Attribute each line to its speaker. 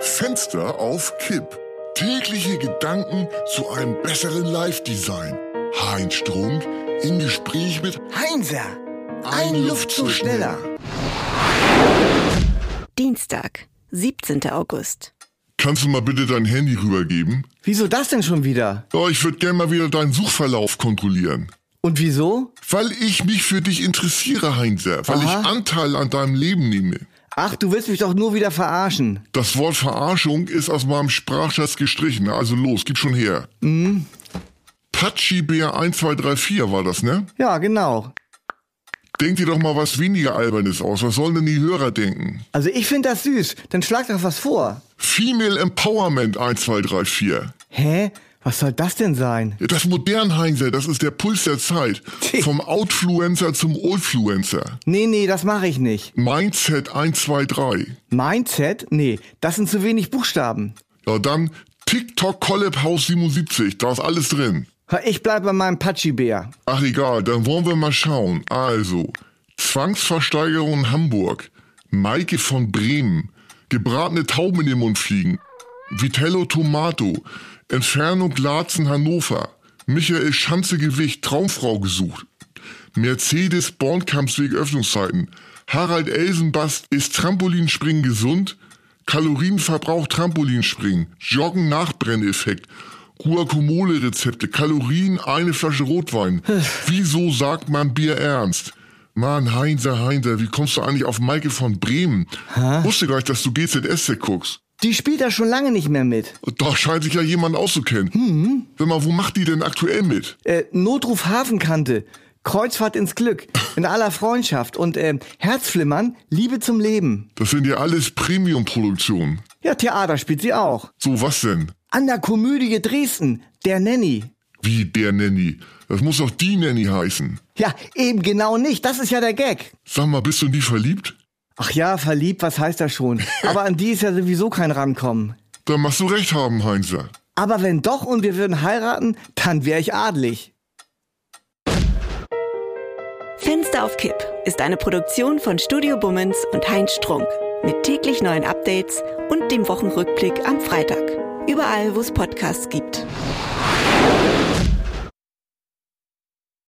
Speaker 1: Fenster auf Kipp. Tägliche Gedanken zu einem besseren Live-Design. Heinz Strunk im Gespräch mit
Speaker 2: Heinzer, ein, Luftzug schneller.
Speaker 3: Dienstag, 17. August.
Speaker 1: Kannst du mal bitte dein Handy rübergeben?
Speaker 2: Wieso das denn schon wieder?
Speaker 1: Oh, ich würde gerne mal wieder deinen Suchverlauf kontrollieren.
Speaker 2: Und wieso?
Speaker 1: Weil ich mich für dich interessiere, Heinzer. Weil
Speaker 2: Aha.
Speaker 1: ich Anteil an deinem Leben nehme.
Speaker 2: Ach, du willst mich doch nur wieder verarschen.
Speaker 1: Das Wort Verarschung ist aus meinem Sprachschatz gestrichen. Also los, gib schon her. Mhm. Patschi Bär 1234 war das, ne?
Speaker 2: Ja, genau.
Speaker 1: Denk dir doch mal was weniger Albernes aus. Was sollen denn die Hörer denken?
Speaker 2: Also ich finde das süß. Dann schlag doch was vor.
Speaker 1: Female Empowerment 1234.
Speaker 2: Hä? Was soll das denn sein?
Speaker 1: Ja, Das Modernheinser, das ist der Puls der Zeit.
Speaker 2: Tja.
Speaker 1: Vom Outfluencer zum Oldfluencer.
Speaker 2: Nee, nee, das mache ich nicht.
Speaker 1: Mindset 123.
Speaker 2: Mindset? Nee, das sind zu wenig Buchstaben.
Speaker 1: Ja, dann TikTok Collab House 77. Da ist alles drin.
Speaker 2: Ha, Ich bleib bei meinem Patschi-Bär.
Speaker 1: Ach egal, dann wollen wir mal schauen. Also, Zwangsversteigerung Hamburg. Maike von Bremen. Gebratene Tauben in den Mund fliegen. Vitello Tomato. Entfernung Glatzen Hannover. Michael Schanze Gewicht Traumfrau gesucht. Mercedes Bornkampfsweg Öffnungszeiten. Harald Elsenbast ist Trampolinspringen gesund. Kalorienverbrauch Trampolinspringen. Joggen Nachbrenneffekt. Guacamole Rezepte. Kalorien eine Flasche Rotwein. Wieso sagt man Bier ernst? Mann, Heinzer, Heinzer, wie kommst du eigentlich auf Maike von Bremen? Wusste gar nicht, dass du GZSZ guckst.
Speaker 2: Die spielt da schon lange nicht mehr mit.
Speaker 1: Da scheint sich ja jemand auszukennen. Hm. Sag mal, wo macht die denn aktuell mit?
Speaker 2: Äh, Notruf Hafenkante. Kreuzfahrt ins Glück. In aller Freundschaft. Und ähm, Herzflimmern, Liebe zum Leben.
Speaker 1: Das sind ja alles Premium-Produktionen.
Speaker 2: Ja, Theater spielt sie auch.
Speaker 1: So, was denn?
Speaker 2: An der Komödie Dresden, der Nanny.
Speaker 1: Wie der Nanny? Das muss doch die Nanny heißen.
Speaker 2: Ja, eben genau nicht. Das ist ja der Gag.
Speaker 1: Sag mal, bist du in die verliebt?
Speaker 2: Ach ja, verliebt, was heißt das schon? Aber an die ist ja sowieso kein Rankommen.
Speaker 1: Dann machst du recht haben, Heinzer.
Speaker 2: Aber wenn doch und wir würden heiraten, dann wäre ich adelig.
Speaker 3: Fenster auf Kipp ist eine Produktion von Studio Bummens und Heinz Strunk. Mit täglich neuen Updates und dem Wochenrückblick am Freitag. Überall, wo es Podcasts gibt.